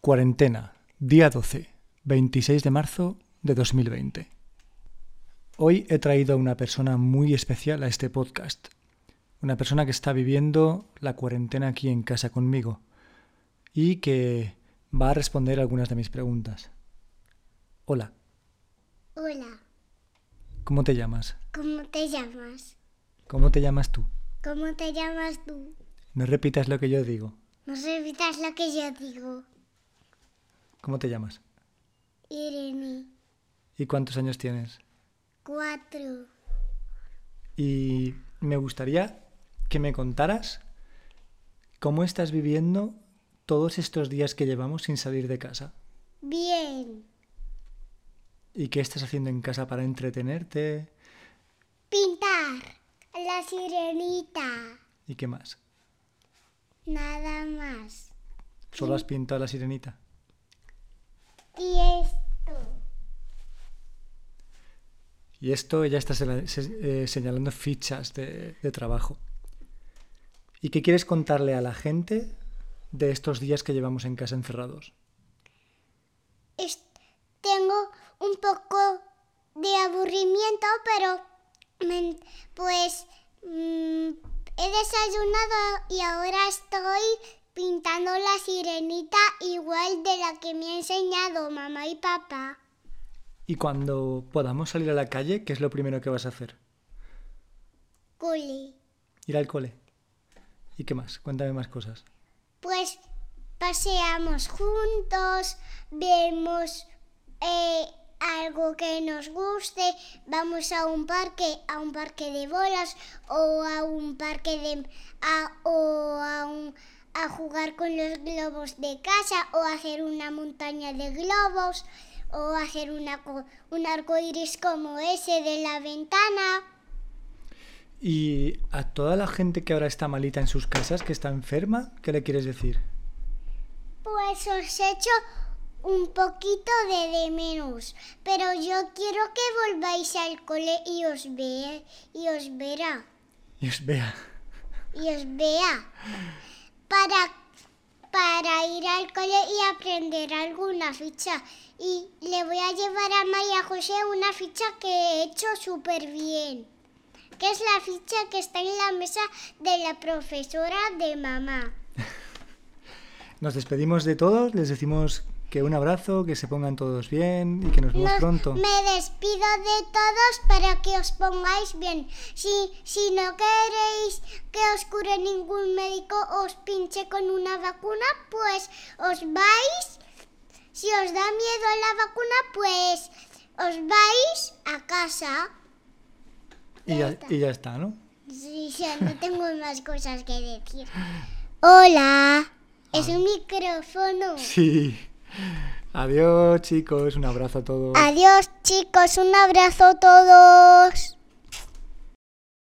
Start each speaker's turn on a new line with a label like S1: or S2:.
S1: Cuarentena, día 12, 26 de marzo de 2020. Hoy he traído a una persona muy especial a este podcast, una persona que está viviendo la cuarentena aquí en casa conmigo y que va a responder algunas de mis preguntas. Hola,
S2: Hola,
S1: ¿cómo te llamas?
S2: ¿cómo te llamas?
S1: ¿Cómo te llamas tú?
S2: ¿Cómo te llamas tú?
S1: No repitas lo que yo digo.
S2: No repitas lo que yo digo,
S1: ¿Cómo te llamas?
S2: Irene.
S1: ¿Y cuántos años tienes?
S2: Cuatro.
S1: Y me gustaría que me contaras cómo estás viviendo todos estos días que llevamos sin salir de casa.
S2: Bien.
S1: ¿Y qué estás haciendo en casa para entretenerte?
S2: Pintar. La sirenita.
S1: ¿Y qué más?
S2: Nada más.
S1: ¿Solo has pintado a la sirenita?
S2: Y esto.
S1: Y esto ella está sela- se- eh, señalando fichas de, de trabajo. ¿Y qué quieres contarle a la gente de estos días que llevamos en casa encerrados?
S2: Es- tengo un poco de aburrimiento, pero me- pues mm, he desayunado y ahora estoy pintando la sirenita igual de la que me ha enseñado mamá y papá.
S1: Y cuando podamos salir a la calle, ¿qué es lo primero que vas a hacer?
S2: Culi.
S1: Ir al cole. ¿Y qué más? Cuéntame más cosas.
S2: Pues paseamos juntos, vemos eh, algo que nos guste, vamos a un parque, a un parque de bolas o a un parque de a- o a un- a jugar con los globos de casa o a hacer una montaña de globos o a hacer una co- un arco iris como ese de la ventana.
S1: Y a toda la gente que ahora está malita en sus casas, que está enferma, ¿qué le quieres decir?
S2: Pues os he hecho un poquito de de menos, pero yo quiero que volváis al cole y os ve y os verá
S1: Y os vea.
S2: y os vea para para ir al cole y aprender alguna ficha y le voy a llevar a María José una ficha que he hecho súper bien, que es la ficha que está en la mesa de la profesora de mamá.
S1: Nos despedimos de todos, les decimos que un abrazo, que se pongan todos bien y que nos vemos
S2: Nos-
S1: pronto.
S2: Me despido de todos para que os pongáis bien. Si, si no queréis que os cure ningún médico o os pinche con una vacuna, pues os vais. Si os da miedo la vacuna, pues os vais a casa.
S1: Y ya, y ya está, ¿no?
S2: Sí, ya no tengo más cosas que decir. Hola. Es un micrófono.
S1: Sí. Adiós, chicos. Un abrazo a todos.
S2: Adiós chicos, un abrazo a todos.